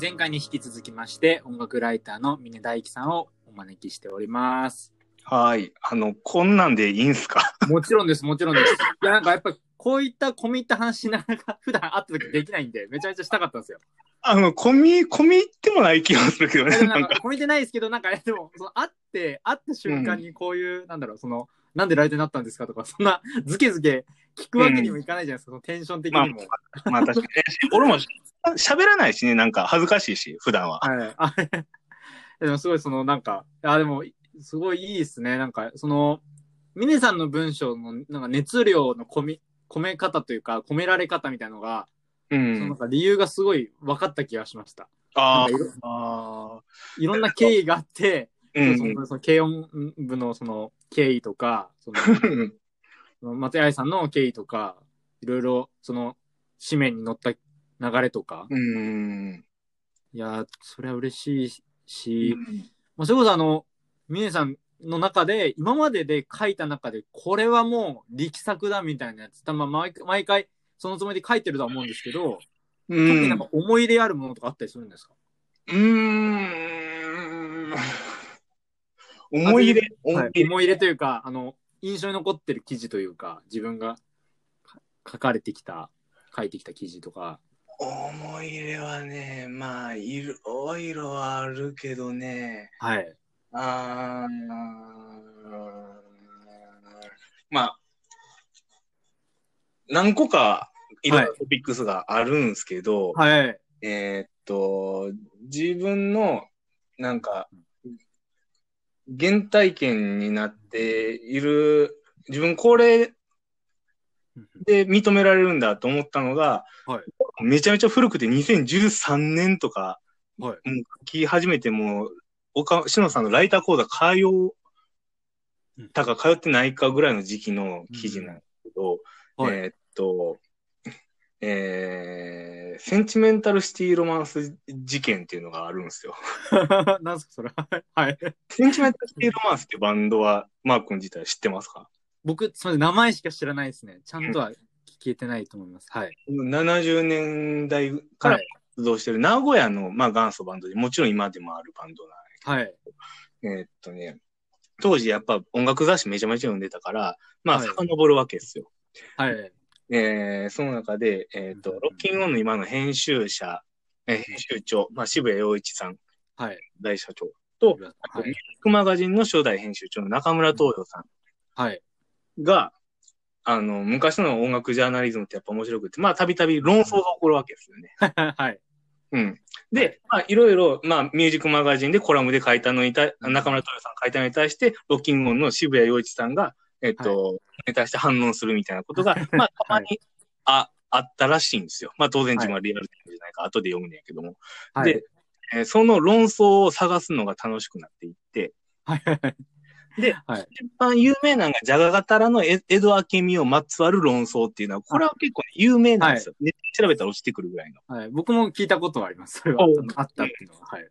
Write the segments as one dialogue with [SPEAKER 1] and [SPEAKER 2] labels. [SPEAKER 1] 前回に引き続きまして、音楽ライターの峰大樹さんをお招きしております。
[SPEAKER 2] はい。あの、こんなんでいいんすか
[SPEAKER 1] もちろんです、もちろんです。いや、なんかやっぱりこういった込み入った話しながら普段会った時できないんで、めちゃめちゃしたかったんですよ。
[SPEAKER 2] あの、込み、込み入ってもない気がするけど
[SPEAKER 1] い や
[SPEAKER 2] ね。
[SPEAKER 1] でもな
[SPEAKER 2] なんんか
[SPEAKER 1] か込み入ってないですけど、なんかでも、その会って、会った瞬間にこういう、なんだろう、その、なんでライターになったんですかとか、そんな、ずけずけ聞くわけにもいかないじゃないですか、そのテンション的
[SPEAKER 2] まあ
[SPEAKER 1] にも。、
[SPEAKER 2] まあ確かに。俺も喋らないしね、なんか恥ずかしいし、普段は。
[SPEAKER 1] はい。 あでもすごいそのなんか、あでも、すごいいいですね。なんか、その、ミネさんの文章のなんか熱量の込み、込め方というか、込められ方みたいのが、
[SPEAKER 2] う
[SPEAKER 1] そのなん
[SPEAKER 2] ん。
[SPEAKER 1] か理由がすごい分かった気がしました。な
[SPEAKER 2] あ
[SPEAKER 1] んかいろ
[SPEAKER 2] ーあ
[SPEAKER 1] いろんな経緯があって、
[SPEAKER 2] ー。う
[SPEAKER 1] そ
[SPEAKER 2] ん
[SPEAKER 1] のその軽音部のその経緯とか、その
[SPEAKER 2] うん。
[SPEAKER 1] その松井愛さんの経緯とか、いろいろその紙面に載った流れとか、
[SPEAKER 2] うん。
[SPEAKER 1] いやー、それは嬉しいし、まあ、それこそあの、ミネさんの中で、今までで書いた中で、これはもう力作だみたいなやつ、たまあ毎毎回そのつもりで書いてるとは思うんですけど、
[SPEAKER 2] う
[SPEAKER 1] 特になん
[SPEAKER 2] ん。
[SPEAKER 1] か思い入れあるものとかあったりするんですか、
[SPEAKER 2] うーん。思い入れ、思
[SPEAKER 1] はいい、
[SPEAKER 2] 入れ。
[SPEAKER 1] 思い入れというか、あの、印象に残ってる記事というか、自分がか書かれてきた、書いてきた記事とか。
[SPEAKER 2] 思い入れはね、まあ、いろいろあるけどね。
[SPEAKER 1] はい。
[SPEAKER 2] あーまあ、何個かいろんなトピックスがあるんですけど、
[SPEAKER 1] はい。
[SPEAKER 2] えーっと、自分のなんか、原体験になっている、自分これで認められるんだと思ったのが、
[SPEAKER 1] はい
[SPEAKER 2] めちゃめちゃ古くて2013年とか、
[SPEAKER 1] はい
[SPEAKER 2] もう書き始めてもう、岡篠さんのライター講座通ったか通ってないかぐらいの時期の記事なんですけど、
[SPEAKER 1] うんはい
[SPEAKER 2] えーっと、えー、センチメンタルシティロマンス事件っていうのがあるんですよ。
[SPEAKER 1] 何ですか、それ。はい。
[SPEAKER 2] センチメンタルシティロマンスっていうバンドは、マー君自体知ってますか
[SPEAKER 1] 僕、すみません、名前しか知らないですね。ちゃんとは聞いてないと思います。はい。
[SPEAKER 2] ?70 年代から活動してる名古屋の、まあ、元祖バンドで、もちろん今でもあるバンドなん
[SPEAKER 1] はい。
[SPEAKER 2] えーっとね、当時やっぱ音楽雑誌めちゃめちゃ読んでたから、まあ
[SPEAKER 1] はい
[SPEAKER 2] 遡るわけですよ。
[SPEAKER 1] はい。
[SPEAKER 2] えーその中で、えーっと、
[SPEAKER 1] うんうんうん
[SPEAKER 2] ロッキンオンの今の編集者、えー編集長、まあ渋谷陽一さん、
[SPEAKER 1] はい。
[SPEAKER 2] 大社長と、あとミュージックマガジンの初代編集長の中村東洋さ
[SPEAKER 1] はい。
[SPEAKER 2] んが、あの、昔の音楽ジャーナリズムってやっぱ面白くて、まあたびたび論争が起こるわけですよね。
[SPEAKER 1] はい。
[SPEAKER 2] うん。
[SPEAKER 1] はい
[SPEAKER 2] で、まあ、いろいろ、まあ、ミュージックマガジンでコラムで書いたのに対、
[SPEAKER 1] うん
[SPEAKER 2] 中村豊さんが書いたのに対して、ロッキングオンの渋谷陽一さんが、えっと、に対して反論するみたいな ことが、まあ、たまに、あ、あったらしいんですよ。まあ、当然
[SPEAKER 1] はい
[SPEAKER 2] 自分はリアルタイムじゃないから、後で読むんやけども。
[SPEAKER 1] はい。
[SPEAKER 2] で、えーその論争を探すのが楽しくなっていって、
[SPEAKER 1] はいはいはい。
[SPEAKER 2] で
[SPEAKER 1] はい。
[SPEAKER 2] 一番有名なのが、ジャガガタラのエ江戸明美をまつわる論争っていうのは、これは結構有名なんですよ。ネットで調べたら落ちてくるぐらいの。
[SPEAKER 1] はい。僕も聞いたことはあります。それは
[SPEAKER 2] おう
[SPEAKER 1] あったっていうのは。はい。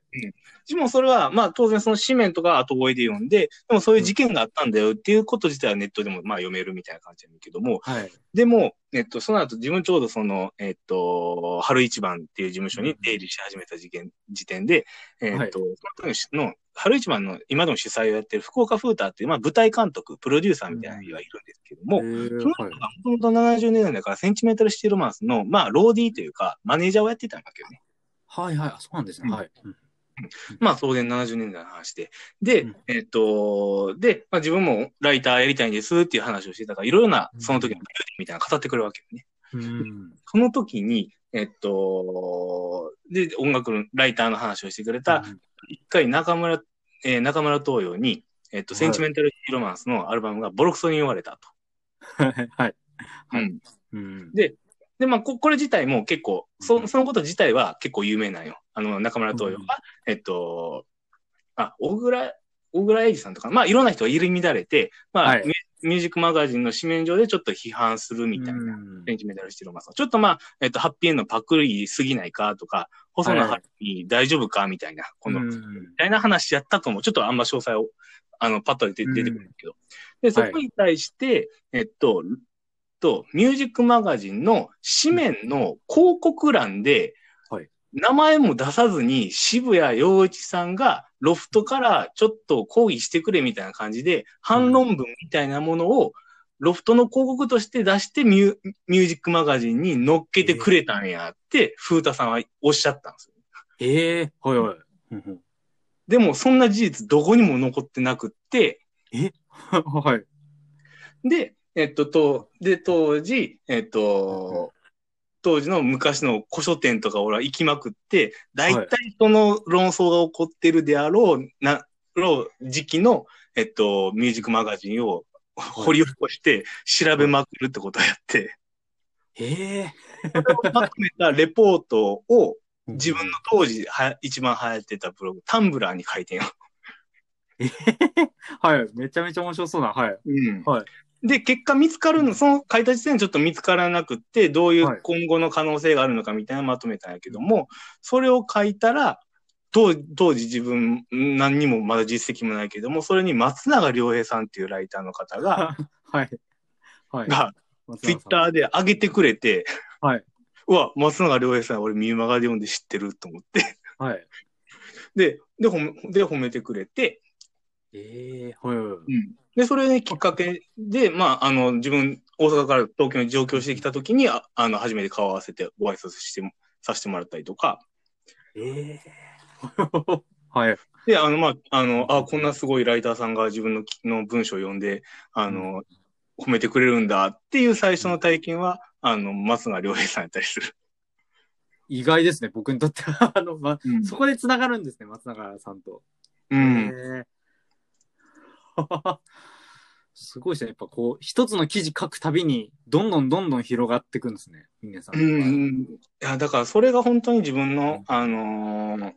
[SPEAKER 2] でもそれは、まあ当然その紙面とか後追いで読んで、でもそういう事件があったんだよっていうこと自体はネットでもまあ読めるみたいな感じなんだけども、
[SPEAKER 1] はい。
[SPEAKER 2] でも、えっと、その後自分ちょうどその、えっと、春一番っていう事務所に出入りし始めた事件、時点で、えっと、その時の、春一番の今でも主催をやってる福岡フーターっていう、まあ舞台監督、プロデューサーみたいな人がいるんですけども、
[SPEAKER 1] へー
[SPEAKER 2] その人
[SPEAKER 1] はい
[SPEAKER 2] がもともと70年代だからセンチメンタルシティロマンスの、まあローディーというか、マネージャーをやってたわけよね。
[SPEAKER 1] はいはい。あそうなんですね。
[SPEAKER 2] うん
[SPEAKER 1] はい。うん
[SPEAKER 2] まあ、当然70年代の話で。で、
[SPEAKER 1] うん
[SPEAKER 2] えっと、で、まあ自分もライターやりたいんですっていう話をしてたから、いろいろな
[SPEAKER 1] うん
[SPEAKER 2] その時のルーティンみたいなの語ってくれるわけよね。
[SPEAKER 1] うん。
[SPEAKER 2] その時に、えっと、で、音楽のライターの話をしてくれた、一回中村、えー中村東洋に、えっと、
[SPEAKER 1] はい
[SPEAKER 2] センチメンタル・ロマンスのアルバムがボロクソに言われた
[SPEAKER 1] はい。はい。
[SPEAKER 2] と。
[SPEAKER 1] はい
[SPEAKER 2] うん
[SPEAKER 1] うん。
[SPEAKER 2] で、まあ、ここれ自体も結構、
[SPEAKER 1] う
[SPEAKER 2] そ
[SPEAKER 1] ん
[SPEAKER 2] そのこと自体は結構有名なんよ。あの、中村東洋
[SPEAKER 1] うん
[SPEAKER 2] が、えっと、あ、小倉、小倉英二さんとか、まあ、いろんな人が入り乱れて、まあ、
[SPEAKER 1] はい
[SPEAKER 2] ミュミュージックマガジンの紙面上でちょっと批判するみたいな、
[SPEAKER 1] うん
[SPEAKER 2] センチメンタルしてるマスちょっとまあ、えっと、ハッピーエンドパクリすぎないかとか、細野
[SPEAKER 1] はい
[SPEAKER 2] 晴臣大丈夫かみたいな、この、
[SPEAKER 1] う
[SPEAKER 2] み
[SPEAKER 1] ん
[SPEAKER 2] たいな話やったと思う。ちょっとあんま詳細を、あの、パッと出て出てくるんだけど。で、そこに対して、えっと、と、ミュージックマガジンの紙面の広告欄で、
[SPEAKER 1] はい
[SPEAKER 2] 名前も出さずに渋谷陽一さんがロフトからちょっと抗議してくれみたいな感じで、反論文みたいなものをロフトの広告として出してミュミュージックマガジンに乗っけてくれたんやって、風太さんはおっしゃったんですよ。
[SPEAKER 1] ええはいはい。うんうん
[SPEAKER 2] でもそんな事実どこにも残ってなくって、
[SPEAKER 1] はい。
[SPEAKER 2] で、えっと、と、で、当時、えっと、当時の昔の古書店とか俺は行きまくって、大体その論争が起こってるであろう、な、ろう時期の、えっと、ミュージックマガジンを掘り起こして調べまくるってことをやって、
[SPEAKER 1] ええ
[SPEAKER 2] まとめたレポートを自分の当時は一番流行ってたブログ、タンブラーに書いてんよ。
[SPEAKER 1] はい。めちゃめちゃ面白そうな。はい。
[SPEAKER 2] うん
[SPEAKER 1] は
[SPEAKER 2] で、結果見つかるの、その書いた時点でちょっと見つからなくって、どうい
[SPEAKER 1] は
[SPEAKER 2] う
[SPEAKER 1] い
[SPEAKER 2] 今後の可能性があるのかみたいなのをまとめたんやけども、それを書いたら、当当時自分、何にもまだ実績もないけども、それに松永良平さんっていうライターの方が、
[SPEAKER 1] はい。はい。
[SPEAKER 2] が、
[SPEAKER 1] 松
[SPEAKER 2] ツイ
[SPEAKER 1] 永
[SPEAKER 2] ッ
[SPEAKER 1] さん、
[SPEAKER 2] ターで上げてくれて、
[SPEAKER 1] はい。
[SPEAKER 2] うわ、松永良平さん、俺、ミューマガで読んで知ってると思って。
[SPEAKER 1] はい。
[SPEAKER 2] で、で、褒めで褒めてくれて、
[SPEAKER 1] ええはいはい。
[SPEAKER 2] で、それね、きっかけで、まあ、あの、自分、大阪から東京に上京してきたときに、ああの、初めて顔を合わせてご挨拶しても、させてもらったりとか、
[SPEAKER 1] ええ はい。
[SPEAKER 2] で、あの、まあ、あの、あ、こんなすごいライターさんが自分のきの文章を読んで、あの、褒めてくれるんだっていう最初の体験は、あの、松永良平さんやったりする。
[SPEAKER 1] 意外ですね、僕にとっては。 あの、ま、
[SPEAKER 2] うん
[SPEAKER 1] そこで繋がるんですね、松永さんと。
[SPEAKER 2] うん。
[SPEAKER 1] へー すごいですね。やっぱこう、一つの記事書くたびに、どんどんどんどん広がっていくんですね、皆さん。
[SPEAKER 2] うん。いや、だからそれが本当に自分の、あのー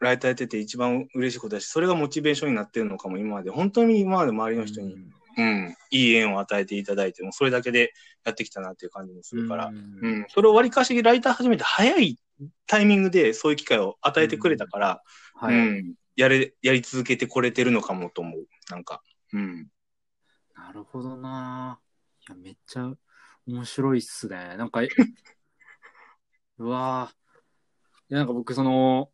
[SPEAKER 2] ライターやってて一番嬉しいことだし、それがモチベーションになってるのかも、今まで。本当に今まで周りの人に
[SPEAKER 1] うん
[SPEAKER 2] うん、いい縁を与えていただいても、それだけでやってきたなっていう感じもするから、
[SPEAKER 1] うん
[SPEAKER 2] うん、それを割りかしライター始めて早いタイミングでそういう機会を与えてくれたから、うん、
[SPEAKER 1] はい、
[SPEAKER 2] やれ、やり続けてこれてるのかもと思う。なんか、うん。
[SPEAKER 1] なるほどな。いや、めっちゃ面白いっすね。なんか、 えうわぁ。いや、なんか僕、その、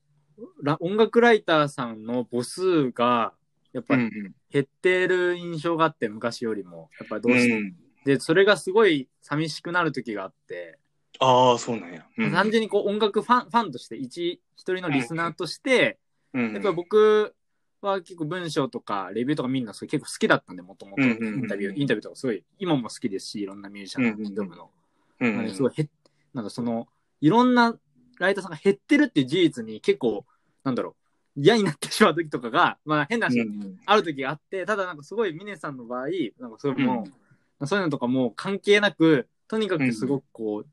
[SPEAKER 1] ラ音楽ライターさんの母数が、やっ
[SPEAKER 2] う
[SPEAKER 1] ぱり
[SPEAKER 2] ん。
[SPEAKER 1] 減ってる印象があって、昔よりも。やっぱりどう
[SPEAKER 2] う
[SPEAKER 1] しても
[SPEAKER 2] ん、
[SPEAKER 1] で、それがすごい寂しくなる時があって、
[SPEAKER 2] ああ、そうなんや。うん、
[SPEAKER 1] 単純にこう音楽ファン、ファンとして、一、一人のリスナーとして、
[SPEAKER 2] うん、
[SPEAKER 1] やっぱ僕は結構文章とかレビューとか見るのすごい結構好きだったんで、もともと
[SPEAKER 2] う
[SPEAKER 1] イ
[SPEAKER 2] んうんうん
[SPEAKER 1] ンタビュー、インタビューとかすごい、今も好きですし、いろんなミュージシャンの読むの。
[SPEAKER 2] うん、
[SPEAKER 1] なんですごい減っ、なんかその、いろんなライターさんが減ってるっていう事実に結構、なんだろう、嫌になってしまう時とかが、まあ変な話、
[SPEAKER 2] うん
[SPEAKER 1] ある時があって、ただなんかすごい峰さんの場合、なんかそれも、
[SPEAKER 2] うん
[SPEAKER 1] そういうのとかもう関係なく、とにかくすごくこう、好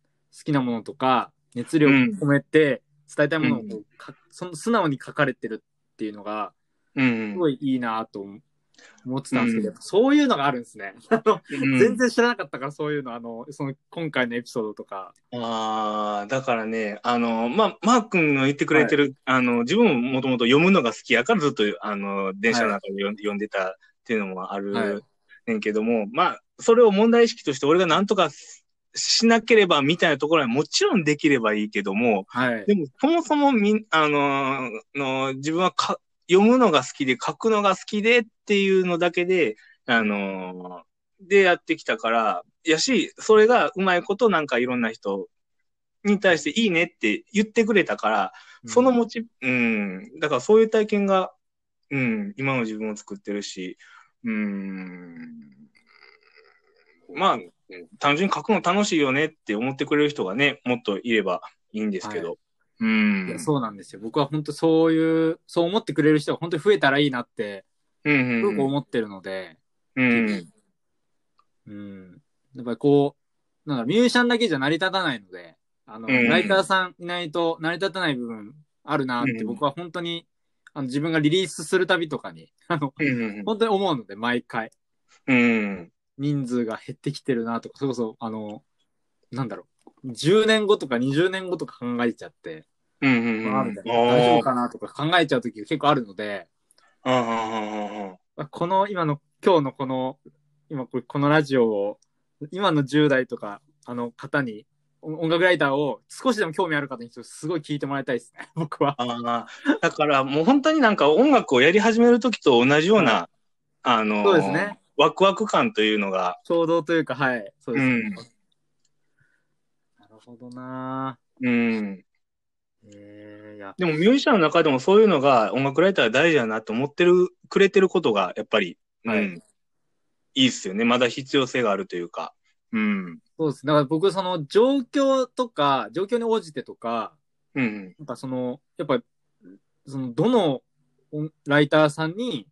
[SPEAKER 1] きなものとか、熱量を込めて伝えたいものをこうかその素直に書かれてるっていうのが、
[SPEAKER 2] うん
[SPEAKER 1] すごいいいなと思思ってたんですけど、
[SPEAKER 2] うん
[SPEAKER 1] やっぱそういうのがあるんですね。
[SPEAKER 2] うん
[SPEAKER 1] 全然知らなかったから、そういうの、あの、その今回のエピソードとか。
[SPEAKER 2] ああ、だからね、あの、まあ、マー君の言ってくれてる、あの、自分ももともと読むのが好きやからずっと、あの、電車の中で読ん読んでたっていうのもあ
[SPEAKER 1] はい
[SPEAKER 2] るねんけども、まあ、それを問題意識として俺がなんとかしなければみたいなところはもちろんできればいいけども、
[SPEAKER 1] はい。
[SPEAKER 2] でもそもそもみん、あのの、自分はか読むのが好きで書くのが好きでっていうのだけで、あのでやってきたから、やし、それがうまいことなんかいろんな人に対していいねって言ってくれたから、その
[SPEAKER 1] うん
[SPEAKER 2] モチ、うん、だからそういう体験が、うん、今の自分を作ってるし、うん、まあ、単純に書くの楽しいよねって思ってくれる人がね、もっといればいいんですけど。う
[SPEAKER 1] いや
[SPEAKER 2] ん。
[SPEAKER 1] そうなんですよ。僕は本当そういう、そう思ってくれる人が本当に増えたらいいなって、
[SPEAKER 2] うんう
[SPEAKER 1] すごく
[SPEAKER 2] ん
[SPEAKER 1] 思ってるので、
[SPEAKER 2] うん。うん。
[SPEAKER 1] うん。やっぱりこう、なんだろうミュージシャンだけじゃ成り立たないので、あの、
[SPEAKER 2] うん
[SPEAKER 1] ライターさんいないと成り立たない部分あるなって、
[SPEAKER 2] うん
[SPEAKER 1] 僕は本当に、あの、自分がリリースするたびとかに、 あの、
[SPEAKER 2] うん
[SPEAKER 1] 本当に思うので、毎回、
[SPEAKER 2] うん。
[SPEAKER 1] 人数が減ってきてるなとか、それこそ、あの、なんだろう、10年後とか20年後とか考えちゃって、
[SPEAKER 2] うんうんうん。
[SPEAKER 1] ああみたいな大丈夫かなとか考えちゃう時が結構あるので、
[SPEAKER 2] ああ。
[SPEAKER 1] まあこの今の今日のこの今これこのラジオを今の10代とかあの方に音楽ライターを少しでも興味ある方にすごい聞いてもらいたいですね、 僕は。
[SPEAKER 2] あーだからもう本当になんか音楽をやり始めるときと同じような、あのー
[SPEAKER 1] そうですね。
[SPEAKER 2] ワクワク感というのが、
[SPEAKER 1] 衝動というか、はい。そうですね。
[SPEAKER 2] うん
[SPEAKER 1] なるほどな
[SPEAKER 2] うん。
[SPEAKER 1] ぁえー、いや、
[SPEAKER 2] でもミュージシャンの中でもそういうのが音楽ライターは大事だなと思ってる、くれてることがやっぱり、うん。
[SPEAKER 1] はい
[SPEAKER 2] い、いっすよね。まだ必要性があるというか。うん。
[SPEAKER 1] そうです。だから僕、その状況とか、状況に応じてとか、
[SPEAKER 2] うん。
[SPEAKER 1] なんかその、やっぱ、その、どの音ライターさんに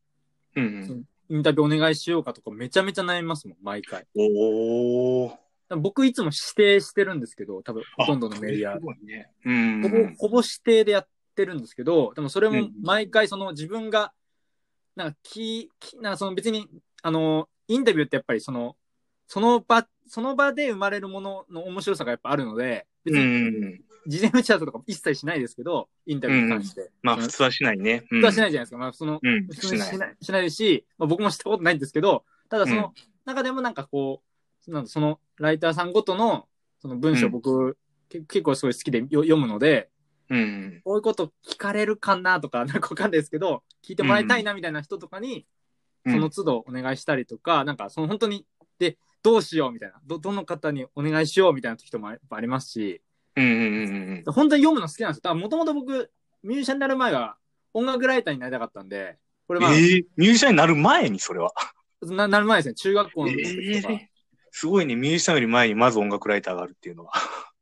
[SPEAKER 2] うん。
[SPEAKER 1] インタビューお願いしようかとか、めちゃめちゃ悩みますもん、毎回。だか
[SPEAKER 2] おー。
[SPEAKER 1] ら僕、いつも指定してるんですけど、多分、ほとんどのメディア
[SPEAKER 2] す。ごいね。うん。
[SPEAKER 1] ほぼ、ほぼ指定でやってるんですけど、でもそれも毎回その自分が、なんかき、きなんかその別に、あの、インタビューってやっぱりその、その場、その場で生まれるものの面白さがやっぱあるので、別
[SPEAKER 2] う
[SPEAKER 1] に
[SPEAKER 2] ん。
[SPEAKER 1] 事前打ち合わせとかも一切しないですけど、インタビューに関して。
[SPEAKER 2] まあ普通はしないね。
[SPEAKER 1] 普通はしない
[SPEAKER 2] い。
[SPEAKER 1] じゃないですか。まあその、
[SPEAKER 2] うん。
[SPEAKER 1] 普通
[SPEAKER 2] し
[SPEAKER 1] に
[SPEAKER 2] ない
[SPEAKER 1] し。ないしないし、まあ、僕もしたことないんですけど、ただそうの中でもなんかこう、なんだそのライターさんごとのその文章
[SPEAKER 2] うん
[SPEAKER 1] 僕、け結構すごい好きでよ読むので、
[SPEAKER 2] うん。
[SPEAKER 1] こういうこと聞かれるかなとか、なんかわかんないですけど、聞いてもらいたいなみたいな人とかに、
[SPEAKER 2] うん
[SPEAKER 1] その都度お願いしたりとか、なんかその本当に、で、どうしようみたいな、ど、どの方にお願いしようみたいな時ともやっぱありますし、
[SPEAKER 2] うんうんうんうん。
[SPEAKER 1] 本当に読むの好きなんですよ。もともと僕、ミュージシャンになる前は音楽ライターになりたかったんで、これまあ、
[SPEAKER 2] ええ、ミュージシャンになる前にそれは。
[SPEAKER 1] ななる前ですね、中学校の時
[SPEAKER 2] え
[SPEAKER 1] とか。
[SPEAKER 2] え。すごいね、ミュージシャンより前にまず音楽ライターがあるっていうのは。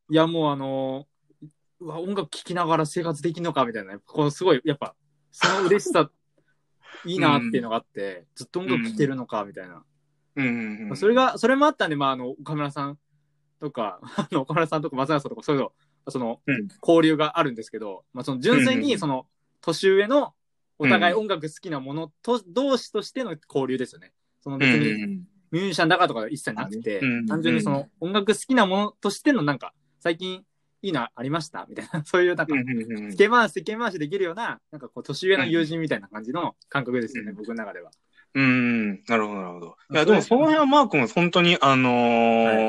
[SPEAKER 1] いや、もうあのーうわ、音楽聴きながら生活できるのかみたいな、こうすごい、やっぱ、その嬉し さ、いいなっていうのがあって、ずっと音楽聴けるのかみたいな。
[SPEAKER 2] うんうんうん。
[SPEAKER 1] それが、それもあったんで、まあ、あの、岡村さんとか、あの、岡村さんとか松永さんとか、そういうの、その
[SPEAKER 2] うん、
[SPEAKER 1] 交流があるんですけど、まあ、その、純粋
[SPEAKER 2] うんうんう
[SPEAKER 1] に、
[SPEAKER 2] ん
[SPEAKER 1] その、年上の、お互い
[SPEAKER 2] うん
[SPEAKER 1] 音楽好きなものと、同士としての交流ですよね。その
[SPEAKER 2] うん
[SPEAKER 1] 別
[SPEAKER 2] うんう
[SPEAKER 1] に、
[SPEAKER 2] ん。
[SPEAKER 1] ミュージシャンだからとか一切なくて、
[SPEAKER 2] うんうん
[SPEAKER 1] 単純にその音楽好きなものとしてのなんか、最近いいのありましたみたいな、 そういうなんか
[SPEAKER 2] う、んうんうん
[SPEAKER 1] つけ回し、つけ回しできるような、なんかこう、年上の友人みたいな感じの感覚ですよね、
[SPEAKER 2] うん
[SPEAKER 1] 僕の中では。
[SPEAKER 2] うん、なるほど、なるほど。い
[SPEAKER 1] あ
[SPEAKER 2] や、でも
[SPEAKER 1] そ
[SPEAKER 2] そうの
[SPEAKER 1] ですね
[SPEAKER 2] 辺はマー君は本当に、あの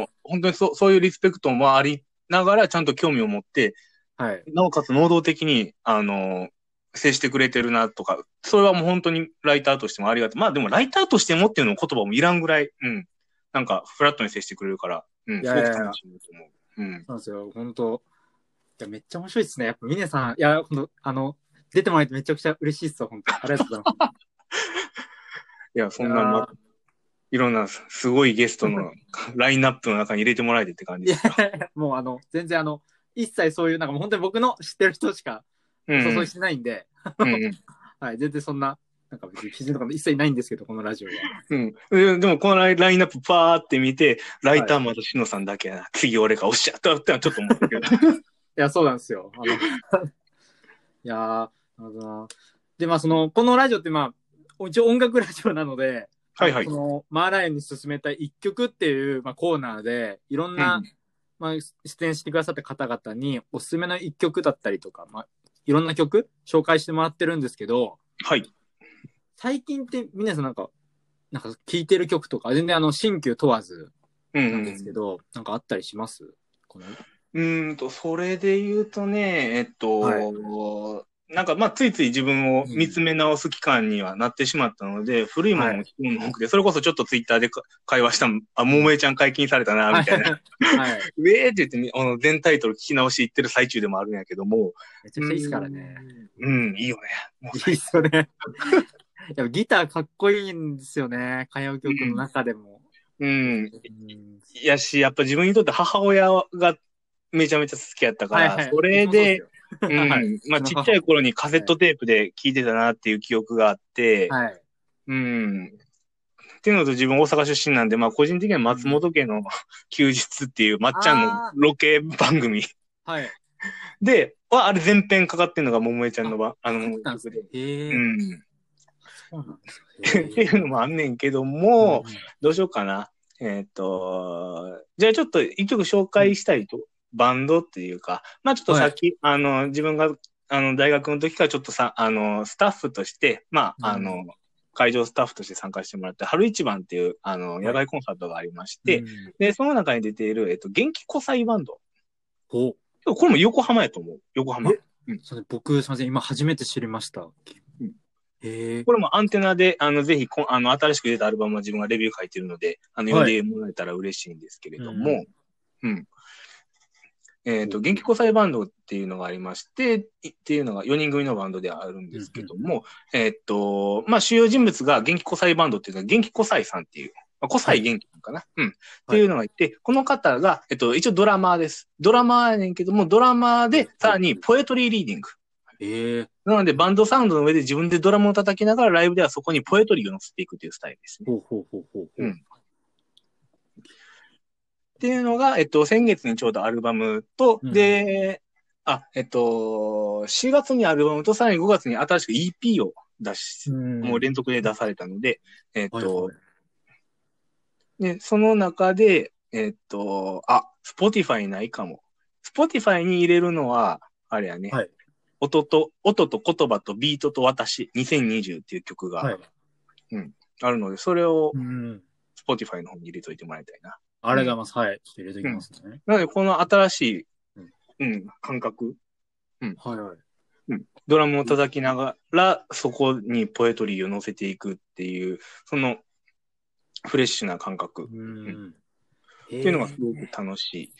[SPEAKER 2] ー本当にそそういうリスペクトもありながら、ちゃんと興味を持って、
[SPEAKER 1] はい。
[SPEAKER 2] なおかつ能動的に、あのー接してくれてるなとか、それはもう本当にライターとしてもありがたい。まあでもライターとしてもっていうの言葉もいらんぐらい、うん。なんか、フラットに接してくれるから、うん、
[SPEAKER 1] い
[SPEAKER 2] す
[SPEAKER 1] や
[SPEAKER 2] ご
[SPEAKER 1] い
[SPEAKER 2] く
[SPEAKER 1] やいや
[SPEAKER 2] 楽しいと思う。うん。
[SPEAKER 1] そうなんですよ、本当いや、めっちゃ面白いですね。やっぱ、ミネさん、いや、ほんとあの、出てもらえてめちゃくちゃ嬉しいっすわ、本当ありがとうござい ます。
[SPEAKER 2] いや、そんな、まあいろんなすすごいゲストのラインナップの中に入れてもらえてって感じですよ。
[SPEAKER 1] もうあの、全然あの、一切そういう、なんかもう本当に僕の知ってる人しか
[SPEAKER 2] う
[SPEAKER 1] お
[SPEAKER 2] んうん。
[SPEAKER 1] 誘いしてないんで、
[SPEAKER 2] うんうん
[SPEAKER 1] はい、全然そんな、なんか別に基準とかも一切ないんですけど、このラジオは。
[SPEAKER 2] うん。ででも、このラインラインナップパーって見て、ライターまたしのさんだけやな、次俺か、おっしゃったってのはちょっと 思ったけど。
[SPEAKER 1] いや、そうなんですよ。あ のいやー、なるほどな。で、まあ、その、このラジオって、まあ、一応音楽ラジオなので、
[SPEAKER 2] はいはい
[SPEAKER 1] そ。の、マーライオンに勧めた一曲っていう、まあ、コーナーで、いろんな、
[SPEAKER 2] うん
[SPEAKER 1] まあ、出演してくださった方々に、おすすめの一曲だったりとか、まあ、いろんな曲、紹介してもらってるんですけど、
[SPEAKER 2] はい。
[SPEAKER 1] 最近って、皆さんなんか、なんか、聴いてる曲とか、全然あの、新旧問わず
[SPEAKER 2] うん
[SPEAKER 1] なんですけど、なんかあったりしますこの
[SPEAKER 2] うーんと、それで言うとね、えっと、
[SPEAKER 1] はい
[SPEAKER 2] なんかまあ、ついつい自分を見つめ直す期間にはなってしまったので、古いものも聞くのも多くて、それこそちょっとツイッターでか会話した、あ、ももえちゃん解禁されたな、み たいな。
[SPEAKER 1] はい。
[SPEAKER 2] うえーって言ってね、あの、全タイトル聞き直していってる最中でもあるんやけども、
[SPEAKER 1] めちゃくちゃいいですからね。
[SPEAKER 2] うん、いいよね。もう
[SPEAKER 1] いいっすよね。やっぱギターかっこいいんですよね。歌謡曲の中でも。
[SPEAKER 2] うん、
[SPEAKER 1] うん
[SPEAKER 2] いやし、やっぱ自分にとって母親がめちゃめちゃ好きやったか
[SPEAKER 1] はい
[SPEAKER 2] ら、
[SPEAKER 1] はい。
[SPEAKER 2] それで、
[SPEAKER 1] そうです
[SPEAKER 2] う
[SPEAKER 1] よ、
[SPEAKER 2] ん
[SPEAKER 1] はい
[SPEAKER 2] まあちっちゃい頃にカセットテープで聞いてたなっていう記憶があって、
[SPEAKER 1] はい。
[SPEAKER 2] うん。っていうのと自分大阪出身なんで、まあ個人的には松本家の休日っていうまっちゃんの
[SPEAKER 1] あー
[SPEAKER 2] ロケ番組
[SPEAKER 1] はい。
[SPEAKER 2] で、はあれ全編かかってんのが桃江ちゃんのば、あの、
[SPEAKER 1] そうなんですね。へえ、
[SPEAKER 2] うん。
[SPEAKER 1] そうなんです
[SPEAKER 2] って
[SPEAKER 1] ねへ
[SPEAKER 2] いうのもあんねんけども、どうしようかな。えっ、と、じゃあちょっと一曲紹介したいと、バンドっていうか、まあちょっとさっき、あの、自分が、あの、大学の時からちょっとさ、あの、スタッフとして、まあ、あの、
[SPEAKER 1] う
[SPEAKER 2] 会場スタッフとして参加してもらって、春一番っていう、あの、
[SPEAKER 1] い
[SPEAKER 2] 野外コンサートがありまし
[SPEAKER 1] え
[SPEAKER 2] て、で、その中に出ている、えっ、と、元気古祭バンド
[SPEAKER 1] お
[SPEAKER 2] でもこれも横浜やと思う。横浜
[SPEAKER 1] え。それ僕、すみません、今初めて知りました。ええ
[SPEAKER 2] これもアンテナで、あの、ぜひこん、あの、新しく出たアルバムは自分がレビュー書いてるので、あの、
[SPEAKER 1] は
[SPEAKER 2] 読ん
[SPEAKER 1] い
[SPEAKER 2] でもらえたら嬉しいんですけれども、うん。えっ、と、元気交際バンドっていうのがありまして、いっていうのが4人組のバンドであるんですけども、えっ、と、まあ、主要人物が元気交際バンドっていうのは元気交際さんっていう、まあ、交際元気なのかな、うん。っていうのがいて、この方が、えっと、一応ドラマーです。ドラマーやねんけども、ドラマーで、さらにポエトリーリーディング。
[SPEAKER 1] ええ
[SPEAKER 2] なので、バンドサウンドの上で自分でドラムを叩きながら、ライブではそこにポエトリーを乗せていくっていうスタイルですね。
[SPEAKER 1] ほうほうほうほう。
[SPEAKER 2] うんっていうのが、えっと、先月にちょうどアルバムと、
[SPEAKER 1] うん
[SPEAKER 2] で、あ、えっと、4月にアルバムと、さらに5月に新しく EP を出し、
[SPEAKER 1] ん
[SPEAKER 2] もう連続で出されたので、えっ
[SPEAKER 1] はいはい
[SPEAKER 2] と、で、その中で、えっと、あ、Spotify ないかも。Spotify に入れるのは、あれやね、
[SPEAKER 1] はい
[SPEAKER 2] 音と、音と言葉とビートと私、2020っていう曲が、
[SPEAKER 1] はい。
[SPEAKER 2] あるので、それを
[SPEAKER 1] うん。
[SPEAKER 2] Spotify の方に入れといてもらいたいな。
[SPEAKER 1] ありがとうございます。はい。ちょっと入れておきますね。
[SPEAKER 2] なので、この新しい、うん、感覚、
[SPEAKER 1] はいはい。
[SPEAKER 2] ドラムを叩きながら、そこにポエトリーを乗せていくっていう、そのフレッシュな感覚っ
[SPEAKER 1] うん。って
[SPEAKER 2] ていうのがすごく楽しい。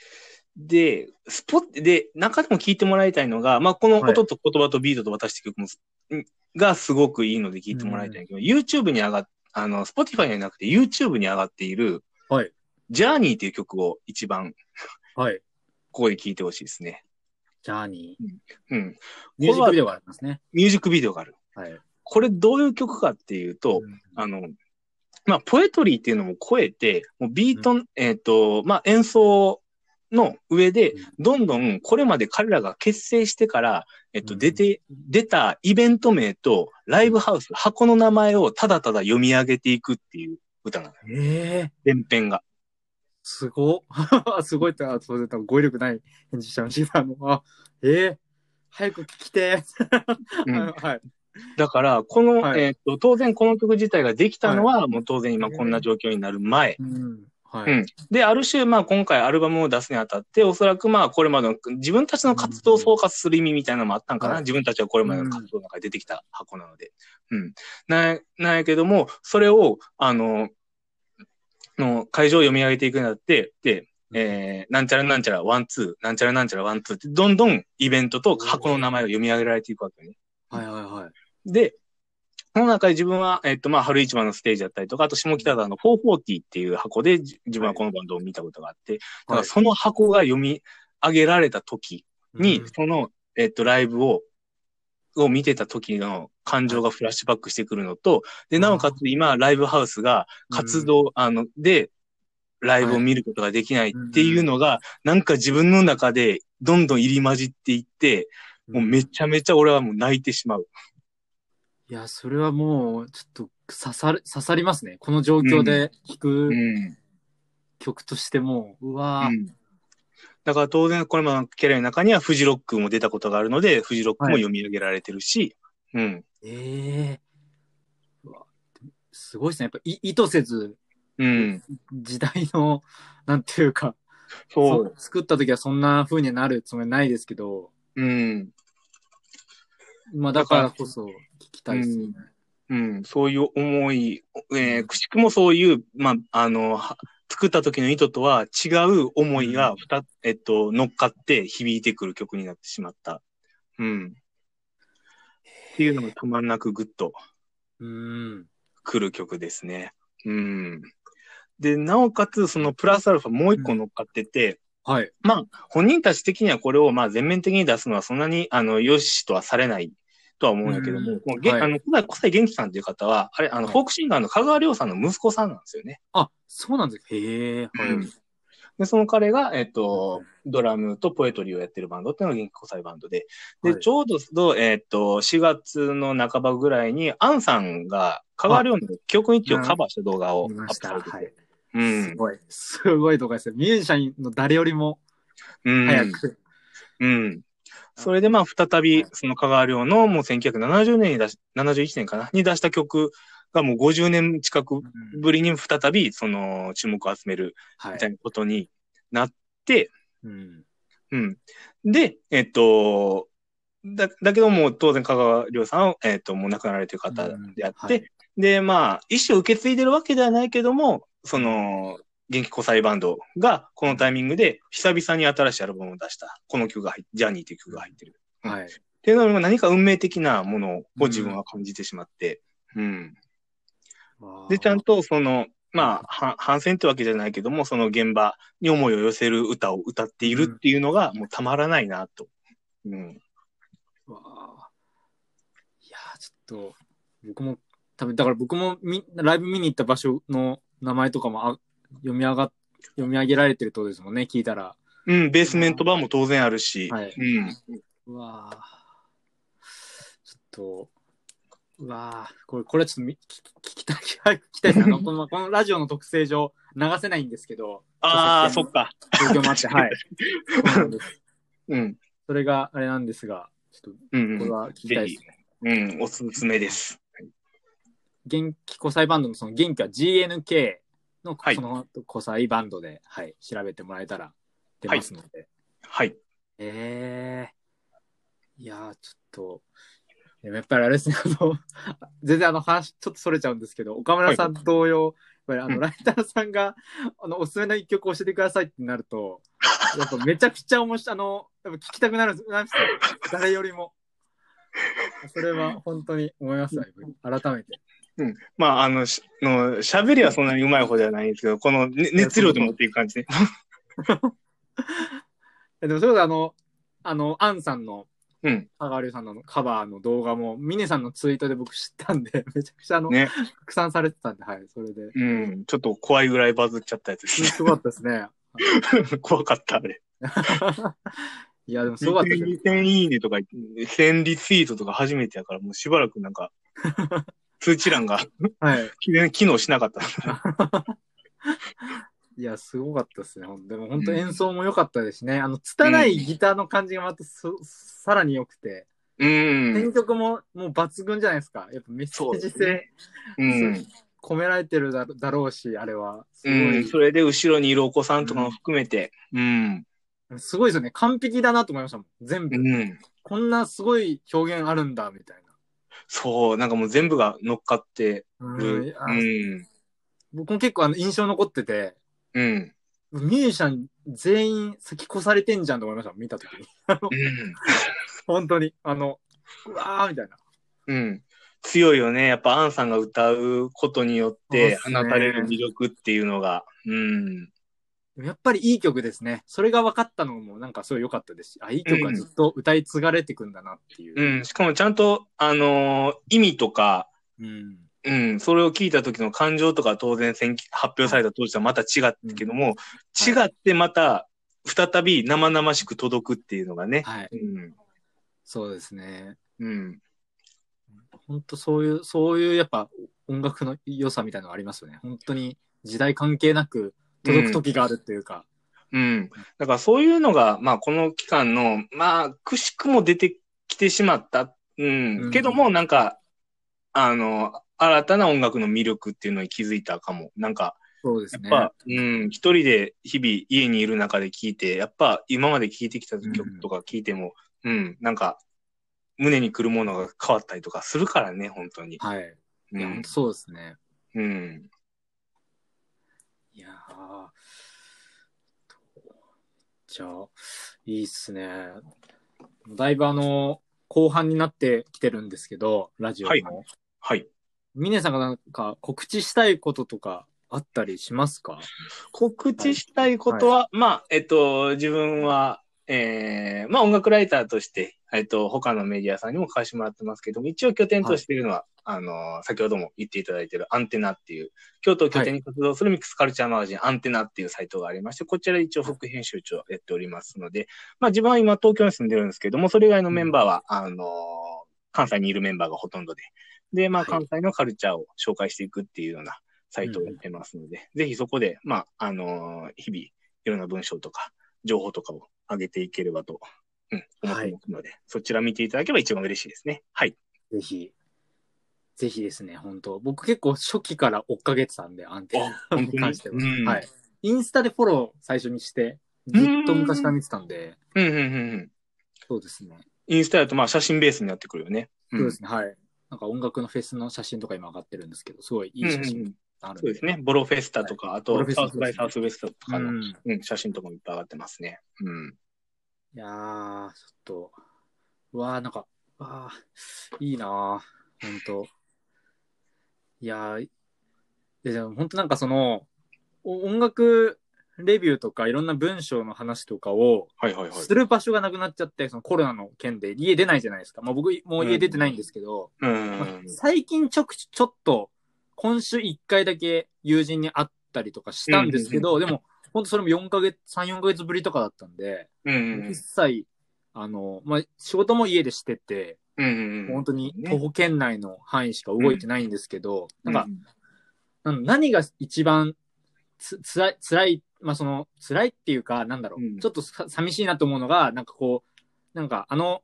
[SPEAKER 2] で、スポッ、で、中でも聞いてもらいたいのが、まあ、この
[SPEAKER 1] はい
[SPEAKER 2] 音と言葉とビートと私って曲もす、んがすごくいいので聞いてもらいたいんだけど、YouTube に上がっ、あの、Spotify にはなくて YouTube に上がっている、
[SPEAKER 1] はい。
[SPEAKER 2] ジャーニーっていう曲を一番
[SPEAKER 1] はい。
[SPEAKER 2] ここで聴いてほしいですね。
[SPEAKER 1] ジャーニー。
[SPEAKER 2] うん。
[SPEAKER 1] ミュージックビデオがありますね。
[SPEAKER 2] ミュージックビデオがある。
[SPEAKER 1] はい。
[SPEAKER 2] これどういう曲かっていうと、
[SPEAKER 1] うん
[SPEAKER 2] あの、まあ、ポエトリーっていうのも超えて、もうビート、えっ、と、まあ、演奏の上で、どんどんこれまで彼らが結成してから、えっと、
[SPEAKER 1] うん
[SPEAKER 2] 出て、出たイベント名とライブハウス、箱の名前をただただ読み上げていくっていう歌なのよ。
[SPEAKER 1] ええ
[SPEAKER 2] 連編が。
[SPEAKER 1] すご。すごいって、あ、 そうだった。語彙力ない返事しちゃいました。あのあ、ええ早く聞きて。
[SPEAKER 2] うん
[SPEAKER 1] あ はい。
[SPEAKER 2] だから、この、
[SPEAKER 1] はい
[SPEAKER 2] えっと、当然この曲自体ができたのは、もう当然今こんな状況になる前。
[SPEAKER 1] うん。は
[SPEAKER 2] うん
[SPEAKER 1] い。
[SPEAKER 2] で、ある種、まあ今回アルバムを出すにあたって、おそらくまあこれまでの自分たちの活動を総括する意味みたいなのもあったんかな。
[SPEAKER 1] はい
[SPEAKER 2] 自分たちはこれまでの活動の中で出てきた箱なので。うん。な、なんやけども、それを、あの、の会場を読み上げていくにあたって、で、えー、なんちゃらなんちゃらワンツー、なんちゃらなんちゃらワンツーって、どんどんイベントと箱の名前を読み上げられていくわけね。
[SPEAKER 1] はいはいはい。
[SPEAKER 2] で、その中で自分は、えっと、まあ、春市場のステージだったりとか、あと下北沢の440っていう箱でじ自分はこのバンドを見たことがあって、だからその箱が読み上げられた時に、
[SPEAKER 1] うん
[SPEAKER 2] その、えっと、ライブを、を見てた時の感情がフラッシュバックしてくるのと、で、なおかつ今、ライブハウスが活動、あの、で、ライブを見ることができないっていうのが、なんか自分の中でどんどん入り混じっていって、もうめちゃめちゃ俺はもう泣いてしまう。
[SPEAKER 1] いや、それはもう、ちょっと刺さる、刺さりますね。この状況で聴
[SPEAKER 2] う
[SPEAKER 1] く
[SPEAKER 2] ん
[SPEAKER 1] 曲としても、うわ
[SPEAKER 2] う
[SPEAKER 1] ー
[SPEAKER 2] んだから当然、これもキャリアの中にはフジロックも出たことがあるので、フジロックも読み上げられてるし、うん。
[SPEAKER 1] ええうわすごいですね。やっぱい意図せず、
[SPEAKER 2] うん。
[SPEAKER 1] 時代の、なんていうか、
[SPEAKER 2] そ。
[SPEAKER 1] そう作った時はそんな風になるつもりないですけど、
[SPEAKER 2] うん。
[SPEAKER 1] まあだからこそ聞きたいですね。
[SPEAKER 2] うん。そういう思い、えー、くしくもそういう、まあ、あの、は作った時の意図とは違う思いが、ふた、えっと、乗っかって響いてくる曲になってしまった。うん。っていうのがたまんなくグッと
[SPEAKER 1] うん。
[SPEAKER 2] 来る曲ですね。うん。で、なおかつ、そのプラスアルファもう一個乗っかってて、
[SPEAKER 1] はい。
[SPEAKER 2] 本人たち的にはこれをまあ全面的に出すのはそんなにあの、良しとはされないとは思うんだけども、
[SPEAKER 1] うん
[SPEAKER 2] もうげ
[SPEAKER 1] はい
[SPEAKER 2] あの、古代小西元気さんという方は、あれ、あの、
[SPEAKER 1] はい
[SPEAKER 2] フォークシンガーの香川亮さんの息子さんなんですよね。
[SPEAKER 1] あ、そうなんですか。へえ、はい。
[SPEAKER 2] うんで、その彼が、えっと、ドラムとポエトリーをやってるバンドっていうのが元気小西バンドで、で、
[SPEAKER 1] はい
[SPEAKER 2] ちょうど、えっと、4月の半ばぐらいに、アンさんが香川亮の記憶日記をカバーした動画をア
[SPEAKER 1] 見
[SPEAKER 2] ッ
[SPEAKER 1] ま
[SPEAKER 2] プ
[SPEAKER 1] し
[SPEAKER 2] さ
[SPEAKER 1] た。
[SPEAKER 2] れてて、
[SPEAKER 1] はい。
[SPEAKER 2] う
[SPEAKER 1] す
[SPEAKER 2] ん。
[SPEAKER 1] ごい。すごい動画ですね。ミュージシャンの誰よりも
[SPEAKER 2] うん
[SPEAKER 1] 早く。
[SPEAKER 2] うん。それでまあ、再び
[SPEAKER 1] は、い
[SPEAKER 2] その香川亮のもう1970年に出し、71年かな、に出した曲がもう50年近く
[SPEAKER 1] うん
[SPEAKER 2] ぶりに再び、その、注目を集める
[SPEAKER 1] は
[SPEAKER 2] み
[SPEAKER 1] い
[SPEAKER 2] たい。なことになって、
[SPEAKER 1] うん
[SPEAKER 2] うん。で、えっと、だ、だけどもう当然香川亮さんは、えっと、もう亡くなられてる方であって、
[SPEAKER 1] うんはい
[SPEAKER 2] で、まあ、意思を受け継いでるわけではないけども、その、元気交際バンドが、このタイミングで、久々に新しいアルバムを出した、この曲が入って、ジャーニーという曲が入ってる。
[SPEAKER 1] はい。
[SPEAKER 2] っていうのも何か運命的なものを自分は感じてしまって、うんで、ちゃんとその、まあ、は反戦ってわけじゃないけども、その現場に思いを寄せる歌を歌っているっていうのが、もうたまらないなと。うん。
[SPEAKER 1] わあいやーちょっと僕も多分だから僕もみライブ見に行った場所の名前とかもあ読み上が読み上げられてるってことですもんね聞いたら
[SPEAKER 2] うん、ベースメント版も当然あるし、
[SPEAKER 1] はい
[SPEAKER 2] うん。
[SPEAKER 1] うわあちょっとうわあこれこれはちょっとみ聞聞きたい 早く聞きたいですあのこのこのラジオの特性上流せないんですけど
[SPEAKER 2] ああ、
[SPEAKER 1] そ
[SPEAKER 2] そうっか。
[SPEAKER 1] 状況もあ ってはいそうなんです
[SPEAKER 2] うん。
[SPEAKER 1] それがあれなんですがちょっ
[SPEAKER 2] う
[SPEAKER 1] とこれ
[SPEAKER 2] ん。
[SPEAKER 1] は聞きたいですね、
[SPEAKER 2] うん、おすすめです。
[SPEAKER 1] 元気古祭バンドのその元気は GNK の
[SPEAKER 2] はい
[SPEAKER 1] その古祭バンドで、はい調べてもらえたら出ますので、
[SPEAKER 2] はい。
[SPEAKER 1] ええいやーちょっとでもやっぱりあれですねあの 全然あの話ちょっとそれちゃうんですけど岡村さん同様、やっぱりあの、
[SPEAKER 2] うん
[SPEAKER 1] ライターさんがあのおすすめの一曲を教えてくださいってなるとやっぱめちゃくちゃ面白いあのやっぱ聞きたくなるんですよ誰よりもそれは本当に思いますね改めて。
[SPEAKER 2] まあ、あの、しの喋りはそんなにうまい方ではないんですけど、この、ね、熱量で持っていく感じね。
[SPEAKER 1] えでもそれこそあの、あの、アンさんの、
[SPEAKER 2] うん。
[SPEAKER 1] 香川亮さんのカバーの動画も、ミネさんのツイートで僕知ったんで、 めちゃくちゃあの、
[SPEAKER 2] ね。
[SPEAKER 1] 拡散されてたんで、はい、それで。
[SPEAKER 2] うん。 ちょっと怖いぐらいバズっちゃったやつです ね。
[SPEAKER 1] すごかったですね。
[SPEAKER 2] 怖かった、あれ。
[SPEAKER 1] いや、でもすごかったですね。
[SPEAKER 2] 2000いいねとか、1000リツイートとか初めてやから、もうしばらくな んか、通知欄が
[SPEAKER 1] はい。
[SPEAKER 2] 機能しなかった。
[SPEAKER 1] いや、すごかったですね。ほんでも本当演奏も良かったですしね。あの、拙いギターの感じがまたそ、さらに良くて、
[SPEAKER 2] う
[SPEAKER 1] 選
[SPEAKER 2] ん。
[SPEAKER 1] 曲ももう抜群じゃないですか。やっぱメッセ
[SPEAKER 2] そう
[SPEAKER 1] ー
[SPEAKER 2] で
[SPEAKER 1] ジ
[SPEAKER 2] すね
[SPEAKER 1] 性
[SPEAKER 2] うん。
[SPEAKER 1] 込められてるだだろうし、あれは。す
[SPEAKER 2] う
[SPEAKER 1] ごい
[SPEAKER 2] ん。それで後ろにいるお子さんとかも含めて、うん。
[SPEAKER 1] すごいですよね。完璧だなと思いましたもん。全部。
[SPEAKER 2] うん。
[SPEAKER 1] こんなすごい表現あるんだ、みたい
[SPEAKER 2] そう、なんかもう全部が乗っかって
[SPEAKER 1] な。うん
[SPEAKER 2] る。
[SPEAKER 1] あ
[SPEAKER 2] うん。
[SPEAKER 1] 僕も結構あの印象残ってて、
[SPEAKER 2] うん。
[SPEAKER 1] ミュージシャン全員先越されてんじゃんと思いました、見たときに。
[SPEAKER 2] うん。
[SPEAKER 1] 本当に。あの、うわーみたいな。
[SPEAKER 2] うん。強いよね。やっぱアンさんが歌うことによって
[SPEAKER 1] そ
[SPEAKER 2] 放
[SPEAKER 1] うっすね
[SPEAKER 2] たれる魅力っていうのが、うん。
[SPEAKER 1] でもやっぱりいい曲ですね。それが分かったのもなんかすごい良かったですし、あ、いい曲がずっと歌い継がれてくんだなっていう。
[SPEAKER 2] うん。しかもちゃんと、あのー意味とか、
[SPEAKER 1] うん。
[SPEAKER 2] うん、それを聞いた時の感情とかは当然選発表された当時とはまた違ったけども、
[SPEAKER 1] うん
[SPEAKER 2] 違ってまた再び生々しく届くっていうのがね。
[SPEAKER 1] はい。
[SPEAKER 2] うん。
[SPEAKER 1] そうですね。
[SPEAKER 2] うん。
[SPEAKER 1] 本当そういう、そういうやっぱ音楽の良さみたいなのありますよね。本当に時代関係なく届く時があるっていうか。
[SPEAKER 2] うん。だからそういうのが、まあこの期間の、まあ、くしくも出てきてしまった。う
[SPEAKER 1] うん
[SPEAKER 2] ん。けども、なんか、あの、新たな音楽の魅力っていうのに気づいたかも。なんか、
[SPEAKER 1] そうです
[SPEAKER 2] やっ
[SPEAKER 1] ね。
[SPEAKER 2] ぱ、うん、一人で日々家にいる中で聞いて、やっぱ今まで聞いてきた曲とか聞いても、うん、なんか、胸にくるものが変わったりとかするからね、本当に。
[SPEAKER 1] はい。
[SPEAKER 2] う
[SPEAKER 1] いや、本
[SPEAKER 2] ん
[SPEAKER 1] 当。そうですね。
[SPEAKER 2] うん。
[SPEAKER 1] いやーじゃあ、いいっすね。だいぶあの、後半になってきてるんですけど、ラジオ
[SPEAKER 2] はい
[SPEAKER 1] も。
[SPEAKER 2] はい。
[SPEAKER 1] ミネさんがなんか告知したいこととかあったりしますか
[SPEAKER 2] 告知したいことは、まあ、えっと、自分は、えー、まあ音楽ライターとして、えっと、他のメディアさんにも返してもらってますけども、一応拠点としているのは、あの、先ほども言っていただいているアンテナっていう、京都を拠点に活動するミックスカルチャーマガジン、アンテナっていうサイトがありまして、こちらで一応副編集長をやっておりますので、まあ自分は今東京に住んでるんですけども、それ以外のメンバーは、あの、関西にいるメンバーがほとんどで、で、まあ
[SPEAKER 1] はい
[SPEAKER 2] 関西のカルチャーを紹介していくっていうようなサイトをやってますので、ぜひそこで、まあ、あの日々、いろんな文章とか、情報とかを上げていければと、うん、思ってますので、そちら見ていただければ一番嬉しいですね。はい。
[SPEAKER 1] ぜひ。ぜひですね、本当僕結構初期から追っかけてたんで、アンテナに関しては。
[SPEAKER 2] うん
[SPEAKER 1] はい。インスタでフォロー最初にして、ずっと昔から見てたんで、
[SPEAKER 2] うんうんうんうん。
[SPEAKER 1] そうですね。
[SPEAKER 2] インスタだとまあ写真ベースになってくるよね。
[SPEAKER 1] そうです
[SPEAKER 2] ね。
[SPEAKER 1] ね、はい。なんか音楽のフェスの写真とか今上がってるんですけど、すごいいい写
[SPEAKER 2] うんうんう
[SPEAKER 1] 真
[SPEAKER 2] ん
[SPEAKER 1] あるん
[SPEAKER 2] そうですね。ボロフェスタとか、あ
[SPEAKER 1] ボ
[SPEAKER 2] と
[SPEAKER 1] ロフェス
[SPEAKER 2] サ
[SPEAKER 1] タ
[SPEAKER 2] ウスバイサウスウェストとか
[SPEAKER 1] う
[SPEAKER 2] の、
[SPEAKER 1] ん、い
[SPEAKER 2] うん写真とかもいっぱい上がってますね。うん。
[SPEAKER 1] やー、ちょっと、うわー、なんか、わー、いいなー、ほんと。いやー、いやでも本当なんかその、お音楽レビューとかいろんな文章の話とかを
[SPEAKER 2] はいはいはい。
[SPEAKER 1] する場所がなくなっちゃって、そのコロナの件で家出ないじゃないですか。まあ僕、もう家出てないんですけど、
[SPEAKER 2] うん
[SPEAKER 1] まあ。最近ちょくちょっと今週1回だけ友人に会ったりとかしたんですけど、でも本当それも4ヶ月34ヶ月ぶりとかだったんで、
[SPEAKER 2] うんうん
[SPEAKER 1] 一切あの、まあ、仕事も家でしてて、
[SPEAKER 2] うん。
[SPEAKER 1] 本当に
[SPEAKER 2] ね
[SPEAKER 1] 徒歩圏内の範囲しか動いてないんですけど、なんか、な
[SPEAKER 2] か、
[SPEAKER 1] ん何が一番つつらい辛い、まあ、その辛いっていうかなんだろう、
[SPEAKER 2] うん
[SPEAKER 1] ちょっとさ寂しいなと思うのがなんかこうなんかあの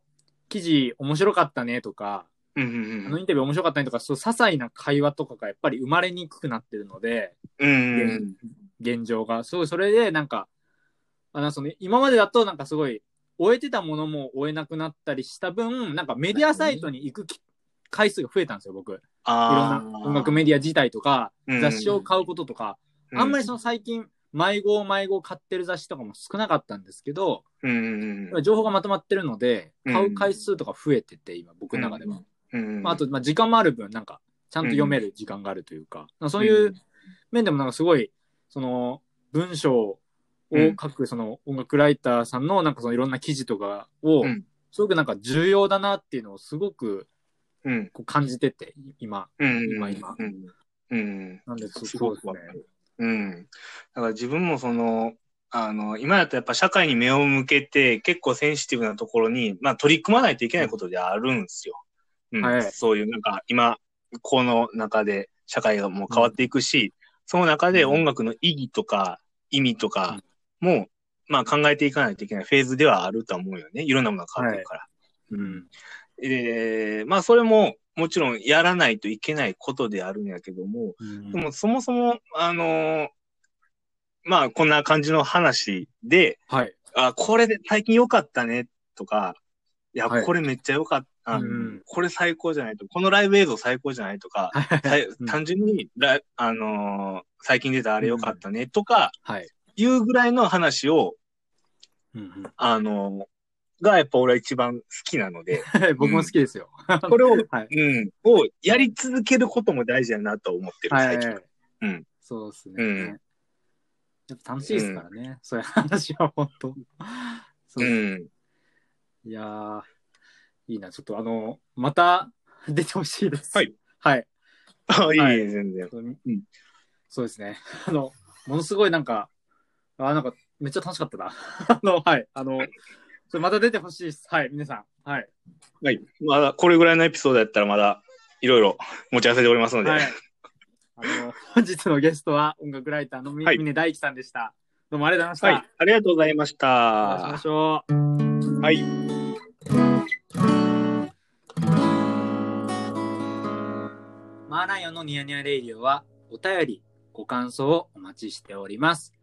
[SPEAKER 1] 記事面白かったねとか
[SPEAKER 2] うんうんう
[SPEAKER 1] あ
[SPEAKER 2] ん
[SPEAKER 1] のインタビュー面白かったねとか、そう、些細な会話とかがやっぱり生まれにくくなってるので、
[SPEAKER 2] うんうん
[SPEAKER 1] 現状が。そう、それでなんか、あのその今までだとなんかすごい、終えてたものも終えなくなったりした分、なんかメディアサイトに行くき回数が増えたんですよ、僕。いろんな
[SPEAKER 2] あー
[SPEAKER 1] 音楽メディア自体とか、
[SPEAKER 2] うん
[SPEAKER 1] 雑誌を買うこととか、あんまりその最近、迷子を迷子を買ってる雑誌とかも少なかったんですけど、
[SPEAKER 2] うんうん
[SPEAKER 1] 情報がまとまってるので、
[SPEAKER 2] うん
[SPEAKER 1] 買う回数とか増えてて、今、僕の中では。
[SPEAKER 2] うん。
[SPEAKER 1] まあ、あと、まあ、時間もある分、なんか、ちゃんと読める時間があるというか、まあそういう面でも、なんかすごい、その、文章を書く、その、音楽ライターさんの、なんかその、いろんな記事とかを
[SPEAKER 2] うん、
[SPEAKER 1] すごくなんか重要だなっていうのをすごく
[SPEAKER 2] うん、
[SPEAKER 1] こう感じてて、今。
[SPEAKER 2] うん、
[SPEAKER 1] 今今
[SPEAKER 2] うん。うん。
[SPEAKER 1] なんで、そう
[SPEAKER 2] す
[SPEAKER 1] そう
[SPEAKER 2] ご
[SPEAKER 1] で
[SPEAKER 2] く
[SPEAKER 1] す
[SPEAKER 2] わ
[SPEAKER 1] ね
[SPEAKER 2] か。る。うん。だから自分もその、あの、今だとやっぱ社会に目を向けて結構センシティブなところに、まあ取り組まないといけないことであるんですよ。うん。
[SPEAKER 1] はい
[SPEAKER 2] そういうなんか今、この中で社会がもう変わっていくし、その中で音楽の意義とか意味とかも、まあ考えていかないといけないフェーズではあるとは思うよね。いろんなものが変わってるから。
[SPEAKER 1] うん。
[SPEAKER 2] えーまあそれももちろんやらないといけないことであるんやけども、
[SPEAKER 1] うん
[SPEAKER 2] でもそもそも、あのーまあこんな感じの話で、
[SPEAKER 1] はい。
[SPEAKER 2] あ、これで最近良かったねとか、いや、
[SPEAKER 1] はい
[SPEAKER 2] これめっちゃ良かった、
[SPEAKER 1] うん
[SPEAKER 2] これ最高じゃないと、このライブ映像最高じゃないとか、さい
[SPEAKER 1] うん
[SPEAKER 2] 単純にライ、あのー最近出たあれ良かったねとか、
[SPEAKER 1] はい。
[SPEAKER 2] いうぐらいの話を、
[SPEAKER 1] うんうん
[SPEAKER 2] あのーがやっぱ俺は一番好きなの で、
[SPEAKER 1] 僕も好きですよ。
[SPEAKER 2] これを
[SPEAKER 1] はい。
[SPEAKER 2] うん。をやり続けることも大事だなと思ってる、
[SPEAKER 1] は
[SPEAKER 2] 最
[SPEAKER 1] い
[SPEAKER 2] 近。。うん
[SPEAKER 1] そうですね。
[SPEAKER 2] うん
[SPEAKER 1] やっぱ楽しいですからね、そういう話は本当。そううです
[SPEAKER 2] ん。
[SPEAKER 1] いやー、いいな、ちょっとあの、また 出てほしいです。
[SPEAKER 2] はい。
[SPEAKER 1] はい。
[SPEAKER 2] あ、いい
[SPEAKER 1] は
[SPEAKER 2] ね、
[SPEAKER 1] い
[SPEAKER 2] 全然。
[SPEAKER 1] うんそうですね。あの、ものすごいなんか、あーなんか、めっちゃ楽しかったな。 あの、はい。あの、それまた出てほしいです。はい、皆さん。はい。
[SPEAKER 2] はい。まだ、これぐらいのエピソードやったらまだ、いろいろ持ち合わせておりますので。
[SPEAKER 1] はい。あの、本日のゲストは音楽ライターのみ
[SPEAKER 2] はい
[SPEAKER 1] 峰大樹さんでした。どうもありがとうござ
[SPEAKER 2] はい
[SPEAKER 1] ま
[SPEAKER 2] い
[SPEAKER 1] し。
[SPEAKER 2] ありがとうございました。
[SPEAKER 1] た。お会いしましょう。
[SPEAKER 2] はい。
[SPEAKER 1] マーライオンのニヤニヤレイディオはお便り、ご感想をお待ちしております。